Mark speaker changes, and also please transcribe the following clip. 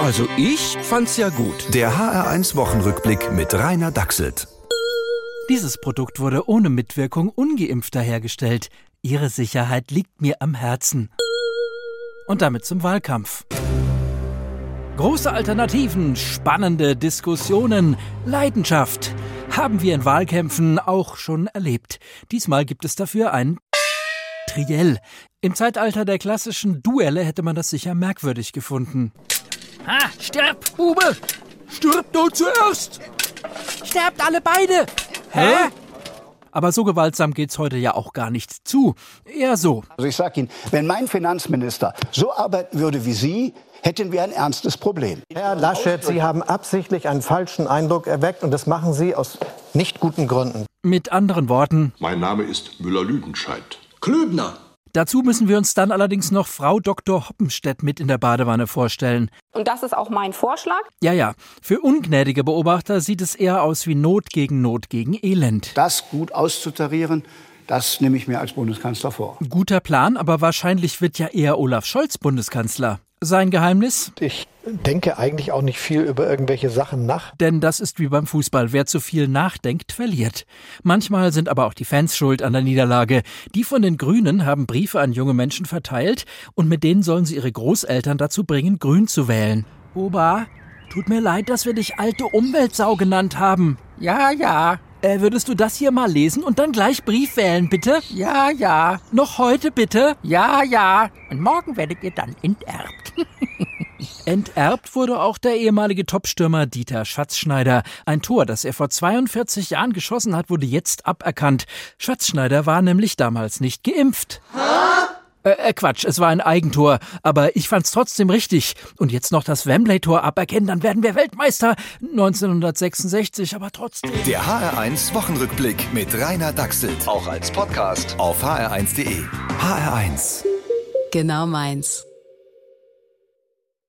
Speaker 1: Also ich fand's ja gut.
Speaker 2: Der HR1 Wochenrückblick mit Rainer Dachselt.
Speaker 3: Dieses Produkt wurde ohne Mitwirkung ungeimpfter hergestellt. Ihre Sicherheit liegt mir am Herzen. Und damit zum Wahlkampf. Große Alternativen, spannende Diskussionen, Leidenschaft haben wir in Wahlkämpfen auch schon erlebt. Diesmal gibt es dafür ein Triell. Im Zeitalter der klassischen Duelle hätte man das sicher merkwürdig gefunden.
Speaker 4: Ah, stirb!
Speaker 3: Bube, stirb du zuerst! Sterbt alle beide! Hä? Aber so gewaltsam geht's heute ja auch gar nicht zu. Eher so.
Speaker 5: Also ich sage Ihnen, wenn mein Finanzminister so arbeiten würde wie Sie, hätten wir ein ernstes Problem.
Speaker 6: Herr Laschet, Sie haben absichtlich einen falschen Eindruck erweckt und das machen Sie aus nicht guten Gründen.
Speaker 3: Mit anderen Worten,
Speaker 7: Mein Name ist Müller-Lüdenscheid.
Speaker 1: Klübner.
Speaker 3: dazu müssen wir uns dann allerdings noch Frau Dr. Hoppenstedt mit in der Badewanne vorstellen.
Speaker 8: Und das ist auch mein Vorschlag.
Speaker 3: Ja, ja, für ungnädige Beobachter sieht es eher aus wie Not gegen Not gegen Elend.
Speaker 5: Das gut auszutarieren, das nehme ich mir als Bundeskanzler vor.
Speaker 3: Guter Plan, aber wahrscheinlich wird ja eher Olaf Scholz Bundeskanzler. Sein Geheimnis?
Speaker 6: Ich denke eigentlich auch nicht viel über irgendwelche Sachen nach.
Speaker 3: Denn das ist wie beim Fußball. Wer zu viel nachdenkt, verliert. Manchmal sind aber auch die Fans schuld an der Niederlage. Die von den Grünen haben Briefe an junge Menschen verteilt und mit denen sollen sie ihre Großeltern dazu bringen, grün zu wählen. Oba, tut mir leid, dass wir dich alte Umweltsau genannt haben.
Speaker 4: Ja, ja,
Speaker 3: Äh, würdest du das hier mal lesen und dann gleich Brief wählen, bitte?
Speaker 4: ja, ja,
Speaker 3: Noch heute, bitte?
Speaker 4: ja, ja. Und morgen werdet ihr dann enterbt.
Speaker 3: Enterbt wurde auch der ehemalige Topstürmer Dieter Schatzschneider. Ein Tor, das er vor 42 Jahren geschossen hat, wurde jetzt aberkannt. Schatzschneider war nämlich damals nicht geimpft. Äh, äh, Quatsch, es war ein Eigentor, aber ich fand's trotzdem richtig. Und jetzt noch das Wembley-Tor aberkennen, dann werden wir Weltmeister 1966, aber trotzdem.
Speaker 2: Der HR1 Wochenrückblick mit Rainer Dachselt. Auch als Podcast auf hr1.de. HR1.
Speaker 9: Genau meins.